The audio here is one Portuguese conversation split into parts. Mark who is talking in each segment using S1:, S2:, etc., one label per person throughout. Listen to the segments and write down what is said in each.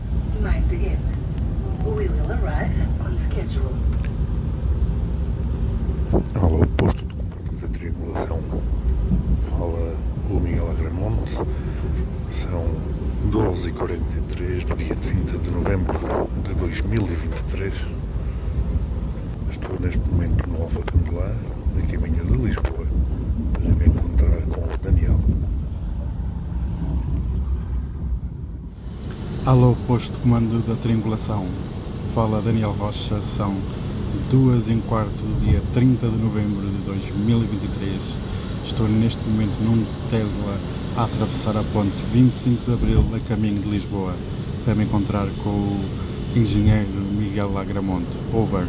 S1: Once again, we will arrive on schedule.
S2: Olá, o posto de comando da triangulação. Fala o Miguel Agramonte. São 12h43 do dia 30 de novembro de 2023. Estou neste momento no Alfa Candelar, a caminho de Lisboa, para me encontrar com o Daniel.
S3: Alô, posto de comando da triangulação. Fala Daniel Rocha, são 2 em quarto do dia 30 de novembro de 2023. Estou neste momento num Tesla a atravessar a ponte 25 de Abril a caminho de Lisboa para me encontrar com o engenheiro Miguel Lagramonte. Over.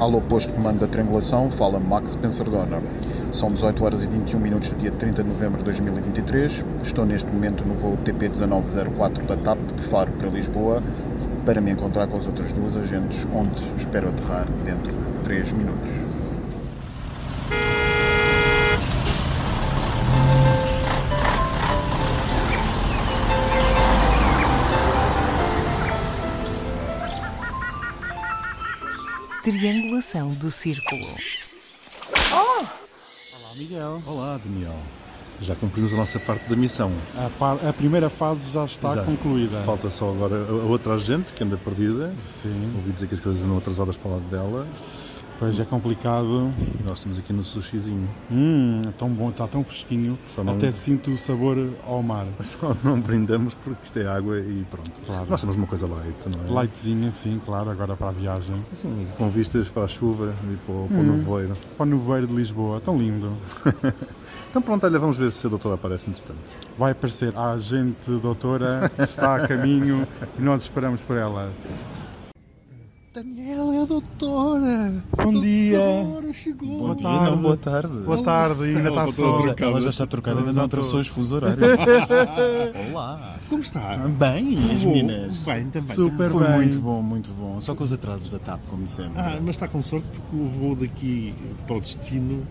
S4: Alô, posto de comando da triangulação, fala Max Pensardona. São 18 horas e 21 minutos do dia 30 de novembro de 2023. Estou neste momento no voo TP1904 da TAP de Faro para Lisboa para me encontrar com as outras duas agentes, onde espero aterrar dentro de 3 minutos.
S5: Triangulação do círculo.
S3: Olá, Miguel.
S2: Olá, Daniel. Já cumprimos a nossa parte da missão.
S3: A, par- a primeira fase já está
S2: Já.
S3: concluída.
S2: Falta só agora a outra agente que anda perdida.
S3: Sim,
S2: Ouvi dizer que as coisas andam atrasadas para o lado dela.
S3: pois é complicado.
S2: E nós estamos aqui no sushizinho.
S3: Hum, é tão bom, está tão fresquinho.
S2: Só não-
S3: Até sinto o sabor ao mar.
S2: Só não brindamos porque isto é água e pronto.
S3: Claro.
S2: Nós temos uma coisa light, não é?
S3: Lightzinho, sim, claro, agora para a viagem.
S2: Sim, e com vistas para a chuva e para, o- para o
S6: Hum.
S2: nevoeiro.
S3: Para o Noveiro de Lisboa, tão lindo.
S2: Então pronto, olha, vamos ver se a doutora aparece entretanto.
S3: Vai aparecer a agente doutora, está a caminho e nós esperamos por ela.
S2: Daniela é a doutora!
S3: Bom dia.
S2: Doutora, chegou!
S3: Boa tarde.
S6: tarde.
S3: Boa tarde, ainda está
S2: Ela está toda
S3: só.
S2: trocada.
S6: Ela já está trocada,
S3: Ela
S6: ainda
S3: já
S6: não atravessou
S3: trocou.
S6: os fuso horário. Olá.
S2: Como está?
S6: Bem, as
S2: Bom,
S6: meninas.
S2: Bem, também.
S3: Super
S6: Foi
S3: bem.
S6: muito bom, muito bom. Só com os atrasos da TAP, como sempre.
S2: Ah, mas está com sorte porque o voo daqui para o destino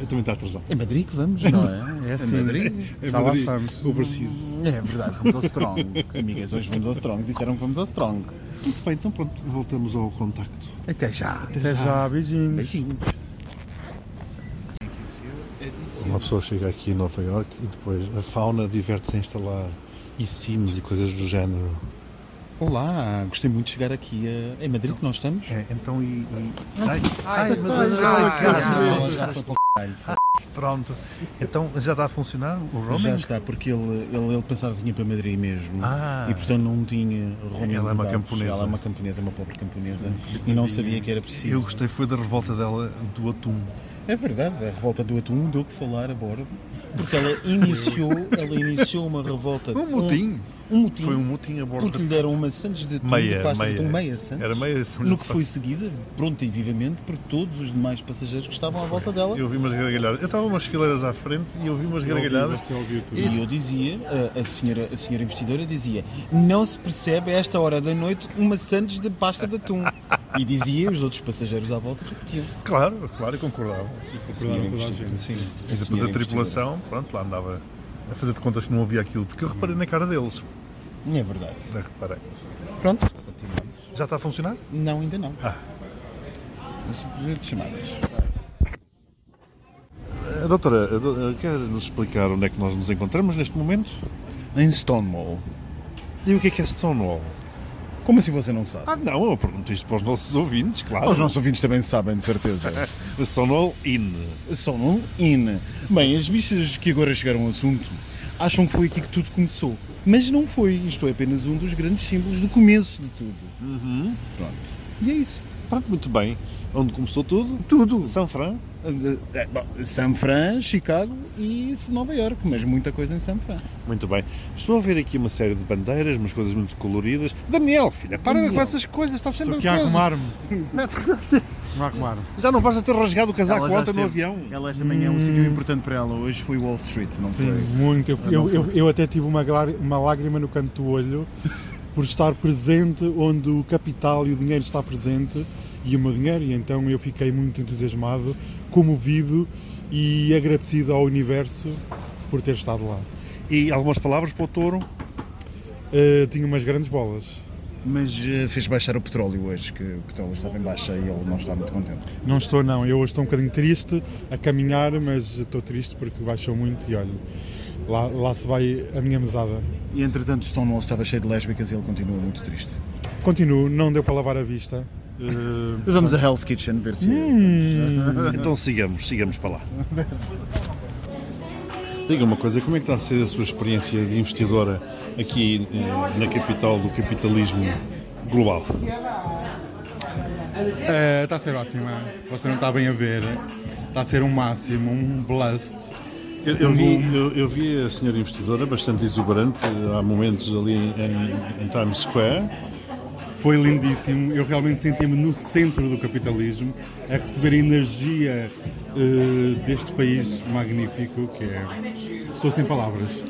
S2: eh, também está atrasado.
S6: É Madrid que vamos, não é?
S3: É
S6: Em
S3: assim.
S6: Madrid.
S2: É
S3: Já lá
S2: Madrid,
S3: estamos.
S2: Overseas.
S6: É verdade, vamos ao Strong. Amigas, hoje vamos ao Strong. Disseram que vamos ao Strong.
S2: Muito bem, então pronto, voltamos ao contacto.
S6: Até já.
S3: Até já, beijinhos.
S6: Beijinho.
S2: Uma pessoa chega aqui a Nova York e depois a fauna diverte-se a instalar e sims e coisas do género.
S6: Olá, gostei muito de chegar aqui. eh, Em Madrid que nós estamos?
S2: É, então e. e... Ai,
S6: Ai,
S2: meu
S6: ai,
S2: Deus,
S6: ai,
S2: ai,
S6: ai,
S2: caralho.
S6: ai, já foi para o caralho.
S2: Pronto. Então já está a funcionar o roaming?
S6: Já está, porque ele, ele, ele pensava que vinha para Madrid mesmo.
S2: Ah.
S6: E portanto não tinha roaming
S2: Ela é uma
S6: de dados.
S2: camponesa.
S6: Ela é uma camponesa, uma pobre camponesa. E não sabia que era preciso.
S2: Eu gostei foi da revolta dela do atum.
S6: É verdade, a revolta do atum deu que falar a bordo. Porque ela iniciou, ela iniciou uma revolta.
S2: Um motim.
S6: Um, um motim.
S2: Foi um motim a bordo.
S6: Porque lhe deram uma Santos de atum,
S2: Meia,
S6: de pasta de
S2: meia.
S6: atum, meia Santos.
S2: Era assim. meia
S6: No que foi seguida, pronta e vivamente, por todos os demais passageiros que estavam à volta dela.
S2: Eu vi umas gargalhadas. Eu estava umas fileiras à frente e eu vi umas gargalhadas.
S3: Você ouviu tudo.
S6: E eu dizia, a, a senhora, a senhora investidora dizia, não se percebe a esta hora da noite uma Santos de pasta de atum. E dizia, os outros passageiros à volta repetiam.
S2: Claro, claro, eu concordava.
S3: Acordaram toda a gente.
S2: Sim.
S6: A
S2: E depois
S6: senhora
S2: a tripulação, pronto, lá andava a fazer de contas que não havia aquilo. Porque eu reparei na cara deles.
S6: investidora. É verdade.
S2: Já reparei.
S6: Pronto, continuamos.
S2: Já está a funcionar?
S6: Não, ainda não.
S2: Ah.
S6: Mas primeiro de chamadas.
S2: A Eh, doutora, a do- quer nos explicar onde é que nós nos encontramos neste momento?
S6: Em Stonewall.
S2: E o que é que é Stonewall?
S6: Como assim você não sabe?
S2: Ah, não, eu pergunto isto para os nossos ouvintes, claro.
S6: Ah,
S2: Eh,
S6: Os nossos ouvintes também sabem, de certeza.
S2: Stonewall Inn.
S6: Só não in. Bem, as bichas que agora chegaram ao assunto acham que foi aqui que tudo começou. Mas não foi. Isto é apenas um dos grandes símbolos do começo de tudo.
S2: Uhum.
S6: Pronto. E é isso.
S2: Pronto, muito bem. Onde começou tudo?
S6: Tudo.
S2: São Fran.
S6: É, bom, San Fran, Chicago e Nova York, mas muita coisa em San Fran.
S2: Muito bem. Estou a ver aqui uma série de bandeiras, umas coisas muito coloridas. Daniel, filha, para
S6: Daniel.
S2: com essas coisas, está
S3: Estou
S2: sempre
S3: aqui a arrumar-me. Não arrumar-me.
S2: Já não basta ter rasgado o casaco
S6: Ela já
S2: ontem no
S6: esteve.
S2: avião.
S6: Ela
S3: esta manhã é
S6: Hum.
S3: um sítio
S6: importante para ela. Hoje foi Wall Street, não
S3: Sim, muito. Eu,
S6: Não
S3: eu, eu, eu até tive uma, glá- uma lágrima no canto do olho por estar presente onde o capital e o dinheiro está presente e o meu dinheiro, e então eu fiquei muito entusiasmado, comovido e agradecido ao universo por ter estado lá.
S2: E algumas palavras para o touro?
S3: eh, tinha umas grandes bolas.
S4: Mas eh, fez baixar o petróleo hoje, que o petróleo estava em baixa e ele não está muito contente.
S3: Não estou, não. Eu hoje estou um bocadinho triste a caminhar, mas estou triste porque baixou muito e olha, lá, lá se vai a minha mesada.
S4: E entretanto Stonewall estava cheio de lésbicas e ele continua muito triste.
S3: Continuo, não deu para lavar a vista. Eh,
S4: Vamos a Hell's Kitchen ver se...
S3: hum,
S2: Então sigamos, sigamos para lá. Diga uma coisa, como é que está a ser a sua experiência de investidora aqui eh, na capital do capitalismo global?
S3: eh, está a ser ótima. Você não está bem a ver. Está a ser um máximo, um blast.
S2: Eu, eu vi, eu, eu vi a senhora investidora bastante exuberante há momentos ali em, em Times Square.
S3: Foi lindíssimo. Eu realmente senti-me no centro do capitalismo, a receber a energia eh, deste país magnífico que é. Estou sem palavras.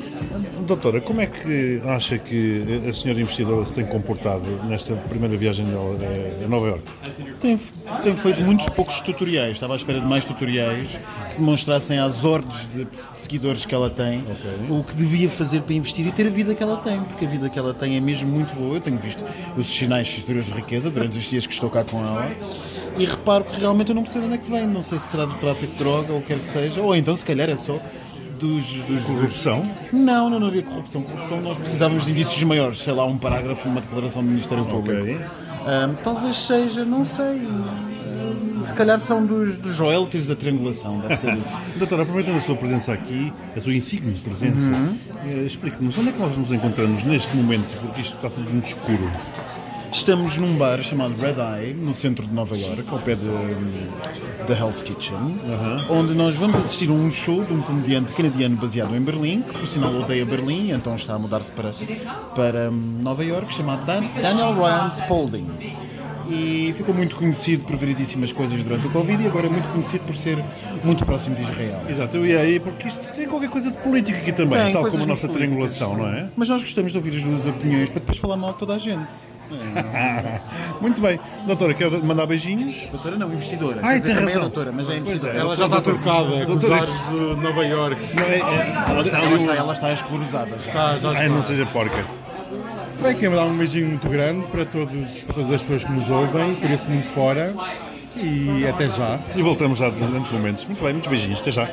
S2: Doutora, como é que acha que a- a senhora investidora se tem comportado nesta primeira viagem dela eh, a Nova Iorque?
S6: Tem, tem feito muitos poucos tutoriais. Estava à espera de mais tutoriais que demonstrassem às hordas de, de seguidores que ela tem
S2: Ok.
S6: o que devia fazer para investir e ter a vida que ela tem, porque a vida que ela tem é mesmo muito boa. Eu tenho visto os sinais exteriores de riqueza durante os dias que estou cá com ela e reparo que realmente eu não percebo onde é que vem. Não sei se será do tráfico de droga ou o que quer que seja, ou então se calhar é só dos. dos
S2: Corrupção?
S6: Não, não, não havia corrupção. Corrupção nós precisávamos de indícios maiores, sei lá, um parágrafo, uma declaração do Ministério Público. Ahm, talvez seja, não sei. ahm, Se calhar são dos, dos royalties da triangulação, deve ser isso.
S2: Doutora, aproveitando a sua presença aqui, a sua insigne presença,
S6: Uhum.
S2: eh, explique-nos onde é que nós nos encontramos neste momento, porque isto está tudo muito escuro.
S6: Estamos num bar chamado Red Eye, no centro de Nova Iorque, ao pé de, hum, da Hell's Kitchen, onde nós vamos assistir a um show de um comediante canadiano baseado em Berlim, que por sinal odeia Berlim, então está a mudar-se para, para hum, Nova Iorque, chamado Dan- Daniel Ryan Spaulding. E ficou muito conhecido por variedíssimas coisas durante o Covid e agora é muito conhecido por ser muito próximo de Israel.
S2: Exato, eu ia aí, porque isto tem qualquer coisa de política aqui também,
S6: Tem,
S2: tal
S6: coisas
S2: como a
S6: muito
S2: nossa
S6: políticas.
S2: triangulação, não é?
S6: Mas nós gostamos de ouvir as duas opiniões para depois falar mal de toda a gente.
S2: Muito bem, doutora, quero mandar beijinhos.
S6: Doutora não, investidora.
S2: Ai,
S6: Quer dizer,
S2: tem
S6: também
S2: razão.
S6: É doutora, mas é
S2: Pois
S6: investidora.
S2: é,
S6: Ela-
S2: Ela já está
S3: trocada
S2: com os ares
S3: de Nova York.
S2: Não, é, é,
S6: Ela
S2: ela
S6: está,
S2: está
S6: ela
S2: ali
S6: está,
S2: um-
S6: ela está escolorizada Ah, já.
S2: Ai, não seja porca.
S3: Bem, quero dar um beijinho muito grande para, todos, para todas as pessoas que nos ouvem, por esse mundo fora. E até já.
S2: E voltamos já durante momentos. Muito bem, muitos beijinhos, até já.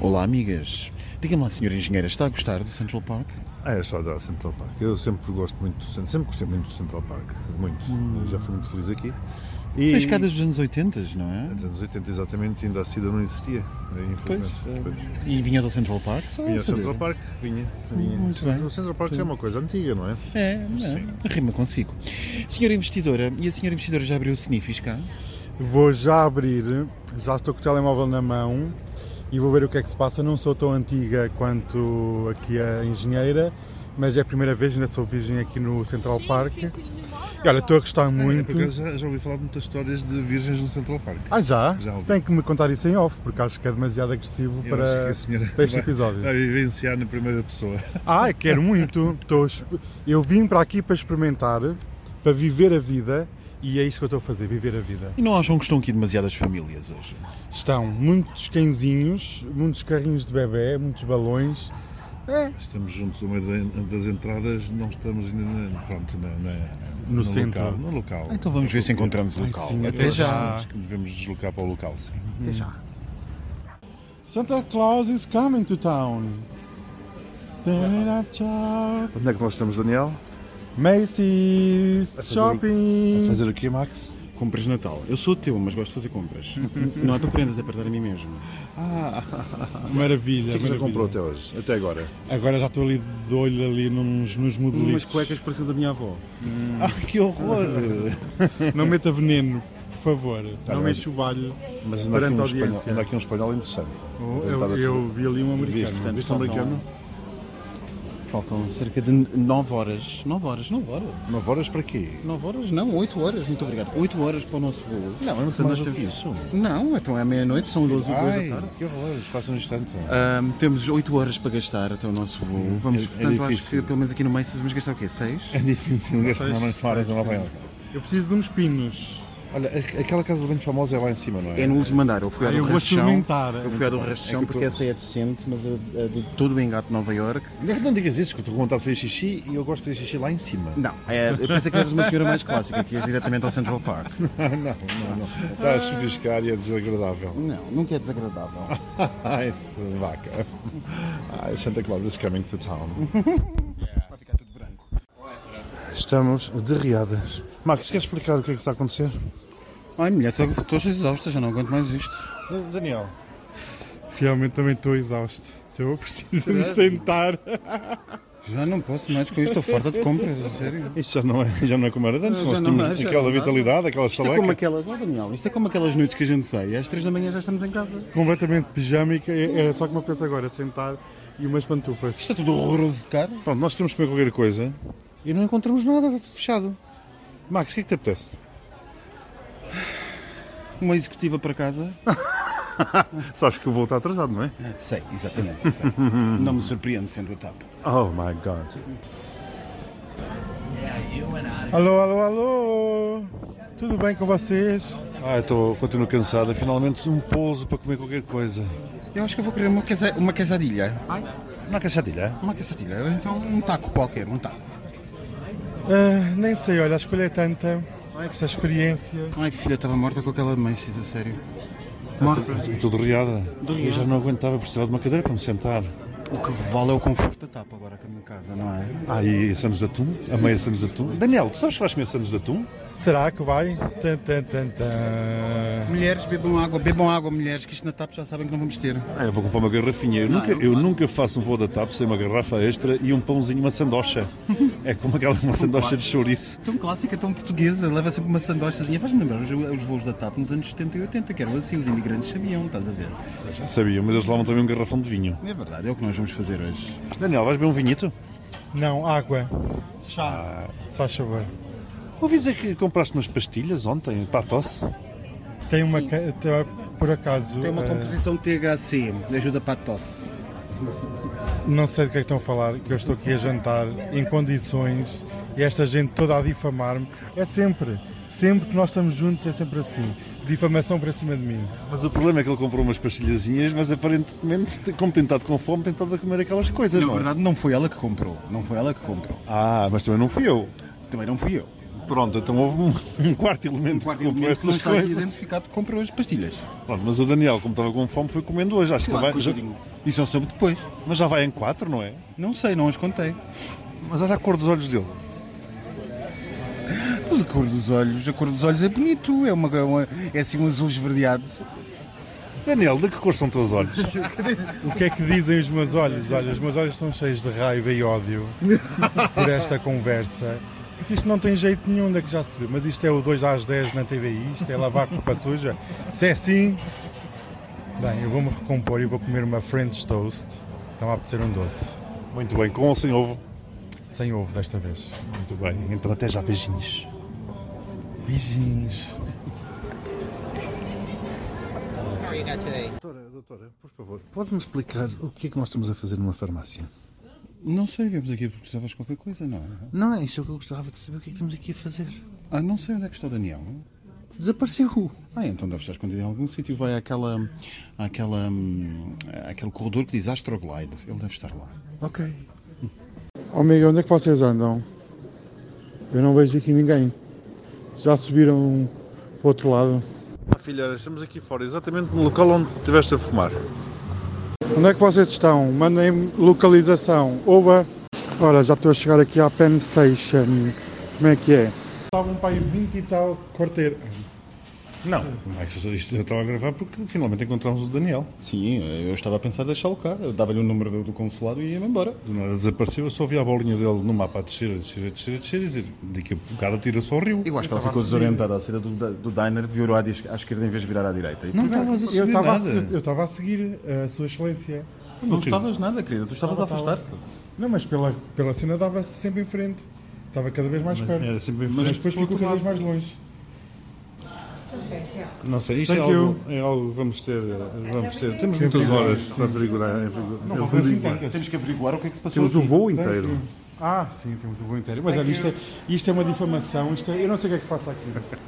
S6: Olá, amigas. Diga-me lá, senhora engenheira, está a gostar do Central Park?
S2: Ah, eu só adoro Central Park. Eu sempre gosto muito, do Cent- sempre gostei muito do Central Park. Muito. Eu Já fui muito feliz aqui. E
S6: Foi escadas dos anos 80, não é?
S2: Nos anos 80, exatamente, ainda a SIDA não existia. eh,
S6: Pois,
S2: Infelizmente.
S6: é.
S2: Pois.
S6: E vinhas ao Central Park? Só
S2: Vinha
S6: a
S2: ao
S6: saber.
S2: Central Park, vinha. vinha.
S6: Muito bem.
S2: O Central Park já é uma coisa antiga, não é?
S6: É, não, rima consigo. Senhora investidora, e a senhora investidora já abriu o Sniffis cá?
S3: Vou já abrir, já estou com o telemóvel na mão e vou ver o que é que se passa. Não sou tão antiga quanto aqui a engenheira, mas é a primeira vez, ainda sou virgem aqui no Central Park. E olha, estou a gostar muito.
S2: É, já, ouvi falar de muitas histórias de virgens no Central Park.
S3: Ah, já?
S2: Já ouvi.
S3: Tem que me contar isso em off, porque acho que é demasiado agressivo para, para este episódio.
S2: vivenciar na primeira pessoa.
S3: Ah, quero muito. Estou a exp- Eu vim para aqui para experimentar, para viver a vida, e é isso que eu estou a fazer, viver a vida.
S6: E não acham que estão aqui demasiadas famílias hoje?
S3: Estão muitos cãezinhos, muitos carrinhos de bebê, muitos balões. É,
S2: Estamos juntos no meio da- das entradas, não estamos ainda na- pronto, na- na-
S3: No centro.
S2: Local, no local.
S6: Então vamos ver se encontramos o
S3: Ai,
S6: local.
S2: é
S3: sim,
S6: Até
S3: eu-
S6: já.
S2: Acho que devemos deslocar para o local, sim.
S3: Santa Claus is coming to town. Tarará-tchau.
S2: Onde é que nós estamos, Daniel?
S3: Macy's
S2: fazer o- A
S3: Shopping.
S2: fazer aqui, Max?
S6: Compras de Natal. Eu sou teu, mas gosto de fazer compras. não há tu prendas, é para dar a mim mesmo.
S3: Maravilha,
S2: O que é que já comprou até hoje? Até agora?
S3: Agora já estou ali de olho ali nos, nos
S6: Umas
S2: é
S6: cuecas pareciam da minha avó.
S2: Ah, que horror! é?
S3: Não meta veneno, por favor.
S6: É um
S2: Não bem. meta
S3: chuvalho.
S2: Mas anda aqui,
S3: Perante
S2: um
S3: a
S2: espanhol,
S3: audiência.
S2: anda aqui um espanhol interessante.
S3: Oh,
S2: Tentar
S3: eu-
S2: fazer-
S3: eu vi ali um americano.
S2: Viste, viste um
S3: Não.
S2: americano?
S6: Faltam cerca de 9 horas. 9 horas? 9 horas?
S2: Nove horas para quê?
S6: 9 horas? Não, 8 horas. Muito obrigado. 8 horas para o nosso voo.
S2: Não, eu não tenho mais do que isso.
S6: Não, então é à meia-noite,
S2: Um
S6: são 12 e 2
S2: Ai,
S6: da tarde.
S2: que horror, passa um instante.
S6: Ahm, temos 8 horas para gastar até o nosso voo. Vamos,
S2: é
S6: portanto, acho
S2: difícil.
S6: que pelo menos aqui no Macy's vamos gastar o quê? 6?
S2: É difícil gastar
S3: Seis,
S2: uma horas em Nova Iorque.
S3: Eu preciso de uns pinos.
S2: Olha, a- aquela casa de banho famosa é lá em cima, não é?
S6: É no último andar, eu fui à
S3: Ah,
S6: do
S3: eu vou
S6: Resto de Chão.
S3: experimentar.
S6: Eu fui à do Resto de Chão
S2: É que
S6: porque
S2: tu-
S6: essa é decente, mas a, a de todo o engate de Nova York.
S2: Não, não digas isso, que eu estou com vontade de fazer xixi e eu gosto de fazer xixi lá em cima.
S6: Não, é, eu pensei que eras uma senhora mais clássica, que ias diretamente ao Central Park.
S2: não, não. não. Está a chuviscar e é desagradável.
S6: Não, nunca é desagradável.
S2: Ai, esse vaca. Ai, Santa Claus is coming to town.
S6: Vai ficar tudo branco.
S2: Estamos derriadas. Max, queres explicar o que é que está a acontecer?
S6: Ai, mulher, estou exausta, já não aguento mais isto.
S2: Daniel.
S3: Realmente também estou exausto. Então eu preciso me sentar.
S6: Já não posso mais com isto, oferta de compras, a sério.
S2: Isto já não é, já não é como era de antes.
S6: Já
S2: Nós
S6: não
S2: tínhamos
S6: é, já
S2: aquela
S6: não dá.
S2: vitalidade, aquela
S6: Isto é como
S2: estaleca.
S6: aquelas, ó Daniel, isto é como aquelas noites que a gente sai, às 3 da manhã já estamos em casa.
S3: Completamente pijâmica. É, é só que me penso agora, sentar e umas pantufas.
S6: Isto é tudo horroroso de cara.
S2: Pronto, nós queremos comer qualquer coisa e não encontramos nada, está tudo fechado. Max, o que é que te apetece?
S6: Uma executiva para casa.
S2: Sabes que eu vou estar atrasado, não é?
S6: Sei, exatamente. sei. não me surpreende sendo a TAP.
S2: Oh my god.
S3: Alô, alô, alô! Tudo bem com vocês?
S2: Ah, estou, continuo cansado. Finalmente um pouso para comer qualquer coisa.
S6: Eu acho que eu vou querer uma, casa, uma casadilha.
S2: Uma caçadilha?
S6: Uma casadilha, ou então um taco qualquer, um taco.
S3: Ah, nem sei, olha, a escolha é tanta. Esta experiência.
S6: Ai filha, estava morta com aquela Macy's, a sério.
S2: Estou derriada. Eu já não aguentava, precisava de uma cadeira para me sentar.
S6: O que vale é o conforto da TAP agora que a minha casa, não é?
S2: Ah, e esse anos de atum? Amei esse anos de atum. Daniel, tu sabes que vais comer esse anos de atum?
S3: Será que vai? Tan, tan, tan, tan.
S6: Mulheres, bebam água, bebam água, mulheres, que isto na TAP já sabem que não vamos ter.
S2: Ah, eu vou comprar uma garrafinha. Eu, nunca, eu nunca faço um voo da TAP sem uma garrafa extra e um pãozinho, uma sandocha. É como aquela uma sandocha de chouriço.
S6: Tão clássica, tão portuguesa, leva sempre uma sandochazinha. Faz-me lembrar os, os voos da TAP nos anos 70 e 80, que eram assim, os imigrantes sabiam, estás a ver?
S2: Já sabia, mas eles levam também um garrafão de vinho.
S6: É verdade, é o que nós vamos fazer hoje.
S2: Daniel, vais beber um vinhito?
S3: Não, água. Chá. Se faz favor.
S2: Ouvi dizer que compraste umas pastilhas ontem para a tosse?
S3: Tem uma. ca- tem- Por acaso.
S6: Tem uma
S3: eh,
S6: composição THC, ajuda para a tosse.
S3: Não sei do que é que estão a falar, que eu estou aqui a jantar em condições e esta gente toda a difamar-me. É sempre, sempre que nós estamos juntos é sempre assim. Difamação para cima de mim.
S2: Mas o problema é que ele comprou umas pastilhazinhas, mas aparentemente, te- como tem estado com fome, tem estado a comer aquelas coisas,
S6: Na
S2: não é?
S6: verdade, não foi ela que comprou, não foi ela que comprou.
S2: Ah, mas também não fui eu.
S6: Também não fui eu. Tipo,
S2: Pronto, então houve um, um quarto elemento
S6: quarto
S2: que comprou
S6: elemento que não
S2: essas
S6: está aqui
S2: coisas.
S6: identificado comprou as pastilhas.
S2: Pronto, mas o Daniel, como estava com fome, foi comendo hoje. Acho que vai, já- é um
S6: Isso eu soube depois.
S2: mas já vai em quatro, não é?
S6: Não sei, não as contei.
S2: Mas olha a cor dos olhos dele.
S6: Mas a cor dos olhos, a cor dos olhos é bonito, é, uma, é, uma- é assim um azul esverdeado.
S2: Daniel, de que cor são teus olhos?
S3: O que é que dizem os meus olhos? Olha, os meus olhos estão cheios de raiva e ódio por esta conversa. Porque isto não tem jeito nenhum, onde é que já se viu? Mas isto é o 2 às 10 na TVI, isto é lavar roupa suja. Se é assim. Bem, eu vou-me recompor e vou comer uma French Toast. Estão a apetecer um doce.
S2: Muito bem, com ou sem ovo?
S3: Sem ovo desta vez.
S2: Muito bem, então até já, beijinhos.
S3: Beijinhos.
S2: Doutora, doutora, por favor, pode-me explicar o que é que nós estamos a fazer numa farmácia?
S6: Não sei, viemos aqui porque precisavas de qualquer coisa, não é?
S2: Não, é isso que eu gostava de saber. O que é que estamos aqui a fazer?
S6: Ah, não sei onde é que está o Daniel.
S2: Desapareceu.
S6: Ah, então deve estar escondido em algum sítio. Vai àquela, àquela, hum, àquele corredor que diz Astroglide. Ele deve estar lá.
S3: Ok. Oh, amiga, onde é que vocês andam? Eu não vejo aqui ninguém. Já subiram para o outro lado.
S2: Ah, filha, olha, estamos aqui fora, exatamente no local onde estiveste a fumar.
S3: Onde é que vocês estão? Mandem localização. Over. Ora, já estou a chegar aqui à Penn Station. Como é que é? Estavam para aí 20 e tal corteiro.
S2: Não. Max, isto eu estava a gravar porque finalmente encontramos o Daniel.
S6: Sim, eu estava a pensar deixá-lo cá. Eu dava-lhe o número do, do consulado e ia-me embora.
S2: Do nada desapareceu, eu só vi a bolinha dele no mapa a descer, a descer, a descer, a descer e dizer, daqui a bocado atira-se ao rio.
S6: Eu acho que ela ficou desorientada à saída do, do diner, virou à, dis- à esquerda em vez de virar à direita. E
S2: Não
S6: por-
S2: estavas a
S3: Eu
S2: subir
S3: estava a,
S2: nada.
S3: eu estava a seguir a Sua Excelência.
S6: não estavas nada, querida. Tu estavas a afastar-te.
S3: Não, mas pela, pela cena dava-se sempre em frente. Estava cada vez mais perto.
S2: Era sempre em
S3: Mas
S2: frente.
S3: depois ficou cada vez mais longe.
S2: Não sei, isto é
S3: Thank you.
S2: algo, é algo que vamos ter, eh, vamos ter. Temos muitas
S3: averiguar,
S2: horas para averiguar. averiguar-
S3: Não vão assim
S2: averiguar.
S3: tantas.
S6: Temos que averiguar o que é que se passou.
S2: Temos o
S6: aqui.
S2: voo inteiro.
S3: Ah, sim, temos o voo inteiro. Mas olha, isto é, isto é uma difamação. Isto é- eu não sei o que é que se passa aqui.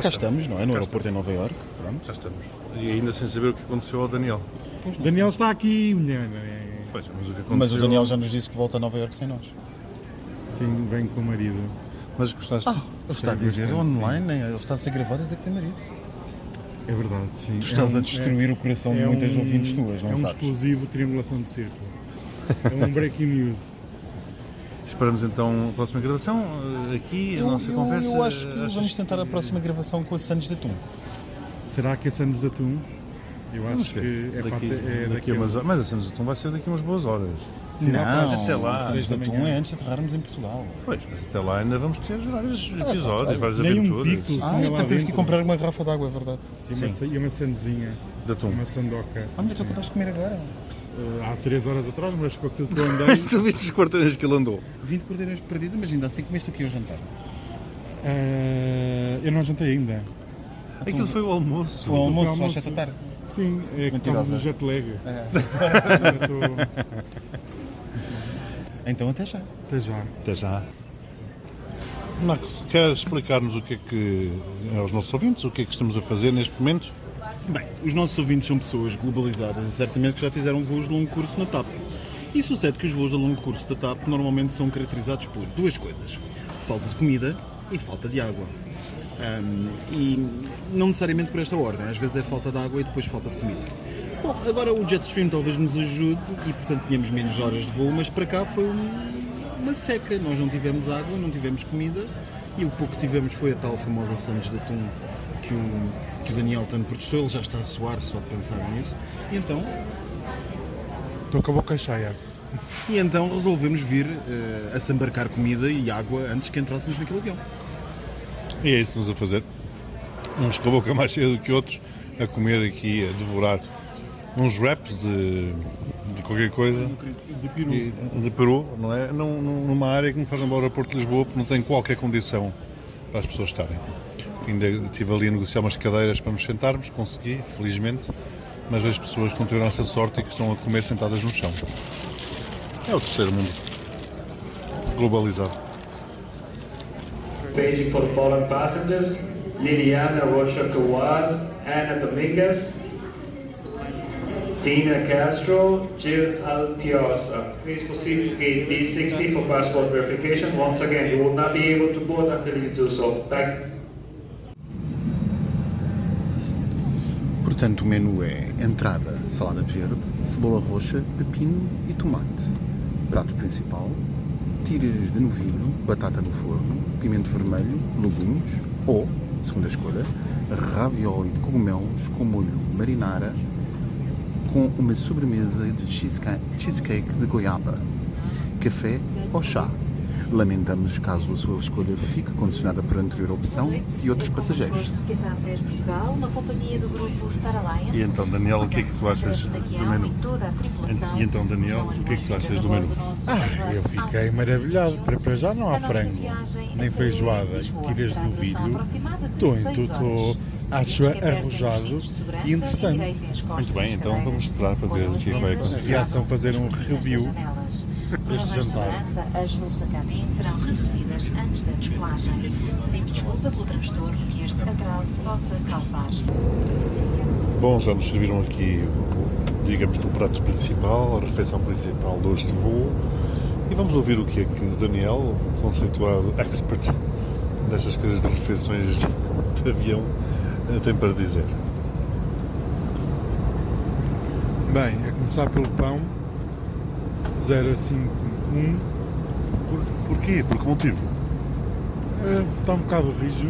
S6: Cá, estamos, não é? No aeroporto em Nova York.
S2: Já estamos. E ainda sem saber o que aconteceu ao Daniel.
S3: Daniel está aqui.
S2: Pois, mas o que aconteceu...
S6: Mas o Daniel já nos disse que volta a Nova York sem nós.
S3: Sim, vem com o marido.
S2: Mas gostaste?
S6: Ah, ele está a dizer
S3: sim.
S6: online, né? ele está a ser gravado a dizer que tem marido.
S3: É um, verdade, sim.
S6: Tu estás a destruir o coração de muitas ouvintes tuas, não
S3: um É um
S6: sabes?
S3: exclusivo triangulação de círculo. É um breaking news.
S2: Esperamos então a próxima gravação eh, aqui, a
S6: Eu,
S2: nossa
S6: eu-
S2: conversa.
S6: eu acho que
S2: Achas
S6: vamos tentar a próxima gravação com a Santos de Atum.
S3: Será que é Santos de Atum? Eu
S2: Vamos
S3: acho que
S2: ver.
S3: é
S2: daqui,
S3: para- é
S2: daqui a um-
S3: daquele-
S2: umas horas. Mas a Santos Atum vai ser daqui a umas boas horas.
S3: Sim, lá para-
S6: Não,
S2: até lá.
S6: Santos
S3: Seis
S6: de
S3: da
S6: Atum
S3: manhã. Ah,
S6: é antes de aterrarmos em Portugal.
S2: Pois, mas até lá ainda vamos ter vários
S6: tá,
S2: episódios,
S6: claro.
S2: várias
S3: Nem um
S2: aventuras.
S3: pico.
S6: Ah,
S3: Tinha lá
S6: então temos que
S3: dentro.
S6: comprar uma garrafa de água, é verdade.
S3: E uma, sa- e uma sandezinha.
S2: De atum.
S3: Uma sandoca.
S6: Ah, mas eu
S3: Sim.
S6: capaz de comer agora.
S3: Eh, Há 3 horas atrás, mas com aquilo que eu
S2: Mas
S3: andei.
S2: tu viste os quarteirões que ele andou?
S6: 20 cordeiras perdidas, mas ainda assim comeste o que ao jantar?
S3: eh, eu não jantei ainda.
S2: Aquilo foi o almoço.
S6: Foi o almoço,
S3: almoço.
S6: às 7 da tarde.
S3: Sim, é por causa
S6: Mentirosa.
S3: do jet lag.
S6: É.
S3: Eu estou-
S6: Então até já.
S3: Até já.
S2: Até já. Max, queres explicar-nos o que é que, aos nossos ouvintes, o que é que estamos a fazer neste momento?
S6: Bem, os nossos ouvintes são pessoas globalizadas e certamente que já fizeram voos de longo curso na TAP. E sucede que os voos de longo curso da TAP normalmente são caracterizados por duas coisas: falta de comida e falta de água. Ahm, e não necessariamente por esta ordem, às vezes é falta de água e depois falta de comida. Bom, agora o Jetstream talvez nos ajude e portanto tínhamos menos horas de voo, mas para cá foi um- uma seca. Nós não tivemos água, não tivemos comida e o pouco que tivemos foi a tal famosa Sandes de Atum que o, que o Daniel tanto protestou. Ele já está a suar só de pensar nisso. E então,
S3: Estou com a boca cheia.
S6: e então resolvemos vir eh, a sambarcar comida e água antes que entrássemos naquele avião.
S2: E é isso que estamos a fazer. Uns com a boca mais cheia do que outros, a comer aqui, a devorar uns wraps de, de qualquer coisa.
S3: De peru.
S2: E- de Peru, não é? Num- num- numa área que me faz lembrar o aeroporto de Lisboa, porque não tem qualquer condição para as pessoas estarem. Ainda estive ali a negociar umas cadeiras para nos sentarmos, consegui, felizmente, mas vejo pessoas que não tiveram essa sorte e que estão a comer sentadas no chão. É o terceiro mundo. Globalizado.
S7: waiting for foreign passengers, Liliana Rocha-Kawaz, Ana Dominguez, Dina Castro, Jill Alpiazza. Please proceed to gate B60 for passport verification. Once again, you will not be able to board until you do so. Thank
S6: Portanto, o menu é entrada, salada verde, cebola roxa, pepino e tomate. Prato principal, tiras de novilho, batata no forno, pimento vermelho, legumes ou, segunda escolha, ravioli de cogumelos com molho marinara com uma sobremesa de cheesecake cheesecake de goiaba, café ou chá. Lamentamos caso a sua escolha fique condicionada por anterior opção de outros passageiros.
S5: Portugal, uma companhia do grupo Star Alliance.
S2: E então, Daniel, o que é que tu achas do menu? E então, Daniel, o que é que tu achas do menu?
S5: Ah,
S3: Eu fiquei maravilhado. Para, para já não há frango, nem feijoada, tiras de novilho. Estou, estou, estou, acho arrojado e interessante.
S2: Muito bem, então vamos esperar para ver o que é que vai acontecer.
S3: E ação fazer um review deste jantar.
S5: As luzes a cabine serão reduzidas antes da descolagem. Pedimos desculpa pelo transtorno que este atraso possa causar.
S2: Bom, já nos serviram aqui, digamos, do prato principal, a refeição principal de hoje de voo. E vamos ouvir o que é que o Daniel, o conceituado expert destas coisas de refeições de avião, eh, tem para dizer.
S3: Bem, a começar pelo pão, 051.
S2: Por, porquê? Por que motivo?
S3: Ah, Está um bocado rijo.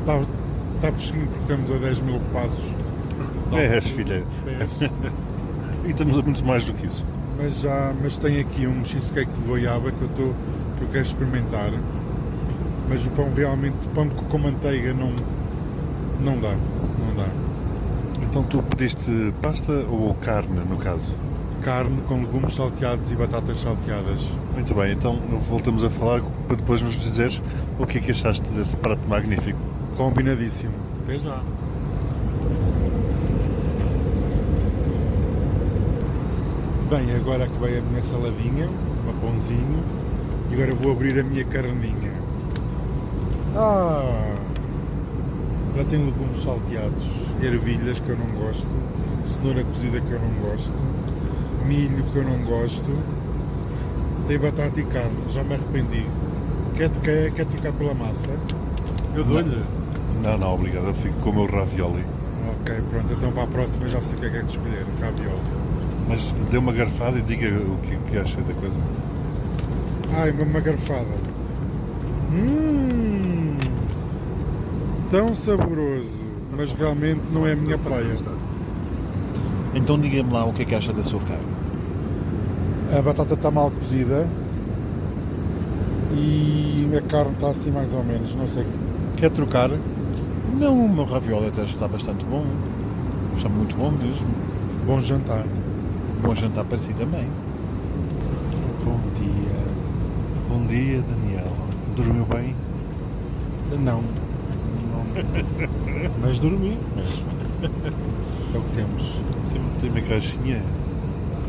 S3: Está, está fresquinho porque estamos a 10 mil passos.
S2: É, filha.
S3: Pés.
S2: E estamos a muito mais do que isso.
S3: Mas, já, mas tem aqui um cheesecake de goiaba que eu, tô, que eu quero experimentar. Mas o pão realmente, pão com- com manteiga, não, não dá. Não dá.
S2: Então tu pediste pasta ou carne, no caso?
S3: Carne com legumes salteados e batatas salteadas.
S2: Muito bem, então voltamos a falar para depois nos dizeres o que é que achaste desse prato magnífico.
S3: Combinadíssimo. Até já. Bem, agora acabei a minha saladinha, o meu pãozinho, e agora vou abrir a minha carninha. Ah! Ela tem legumes salteados, ervilhas que eu não gosto, cenoura cozida que eu não gosto, milho que eu não gosto, tem batata e carne, já me arrependi. Quer, quer, quer trocar pela massa? Eu dou-lhe.
S2: Não, não, obrigado. Eu fico com o meu ravioli.
S3: Ok, pronto, então para a próxima já sei o que é que é de escolher, ravioli.
S2: Mas dê uma garfada e diga o que, o que acha da coisa.
S3: Ai, uma- uma garfada. Hum, tão saboroso, mas realmente não é a minha praia.
S6: Então diga-me lá o que é que acha da sua carne.
S3: A batata está mal cozida e a carne está assim mais ou menos, não sei. Quer trocar?
S6: Não, o meu ravioli até está bastante bom. Está muito bom mesmo.
S3: Bom jantar.
S6: Bom jantar para si também.
S2: Bom dia. Bom dia, Daniel. Dormiu bem?
S3: Não. não. Mas dormi. É o que temos.
S2: Tem, tem uma caixinha.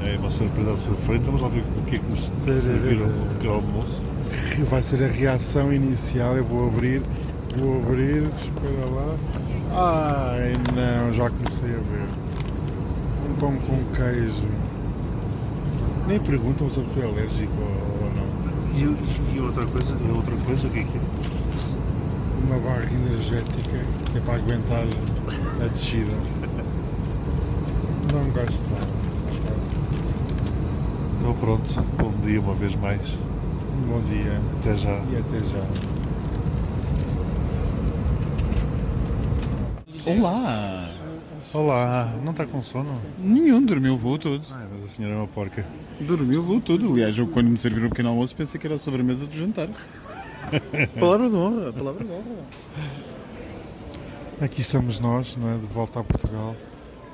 S2: É uma surpresa à sua frente. Vamos lá ver o que é que nos serviram para o pequeno almoço.
S3: Vai ser a reação inicial. Eu vou abrir, vou abrir, espera lá. Ai não, já comecei a ver. Um pão com queijo. Nem perguntam se a pessoa é alérgica ou ou não.
S2: E, o- e outra coisa? E outra coisa, o que é que é?
S3: Uma barra energética que é para aguentar a descida. Não gosto nada.
S2: Então pronto. Bom dia uma vez mais.
S3: Um Bom dia
S2: Até já.
S3: e até já.
S6: Olá!
S2: Olá. Não está com sono?
S6: Nenhum dormiu o voo todo.
S2: Ai, mas a senhora é uma porca.
S6: Dormiu o voo todo. Aliás, eu quando me serviram o pequeno almoço pensei que era a sobremesa do jantar. palavra de honra, palavra de honra.
S3: Aqui estamos nós, não é? De volta a Portugal.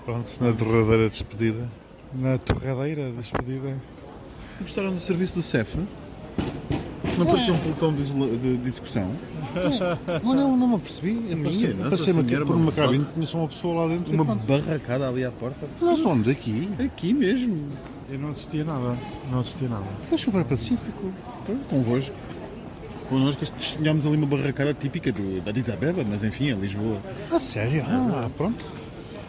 S2: Pronto, na derradeira despedida.
S3: Na torradeira despedida.
S6: Gostaram do serviço do CEF? Não parecia um pelotão de, isla- de- de execução?
S2: Não, não, não me apercebi. Eu
S6: Minha
S2: passei-
S6: Nossa
S2: Passei-me aqui
S6: Senhora,
S2: por
S6: uma
S2: uma cabine,
S6: barra-
S2: tinha só uma pessoa lá dentro.
S6: Uma
S2: e pronto.
S6: barracada ali à porta?
S2: Mas eles onde? Aqui?
S6: Aqui mesmo.
S3: Eu não assistia nada. Não assistia nada.
S2: Foi super é pacífico.
S6: Pô, Convosco. Connosco testemunhámos ali uma barracada típica do, da Addis Abeba, mas enfim, é Lisboa.
S2: Ah, sério? Ah, pronto.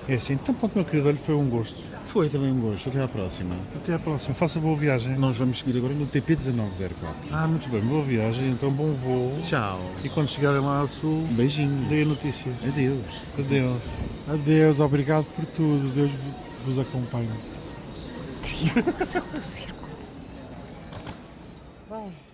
S2: É assim, então pronto, meu querido, olha, foi um gosto.
S6: Foi também um gosto. Até à próxima.
S2: Até à próxima, faça boa viagem.
S6: Nós vamos seguir agora no TP1904.
S2: Ah, muito bem, boa viagem, então bom voo.
S6: Tchau.
S2: E quando chegarem lá a sul,
S6: Beijinho.
S2: dei a notícia.
S6: Adeus.
S2: Adeus.
S3: Adeus, obrigado por tudo. Deus v- vos acompanhe.
S8: Triangulação do círculo.
S9: Bem,